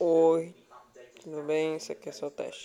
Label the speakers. Speaker 1: Oi, tudo bem? Isso aqui é só o teste.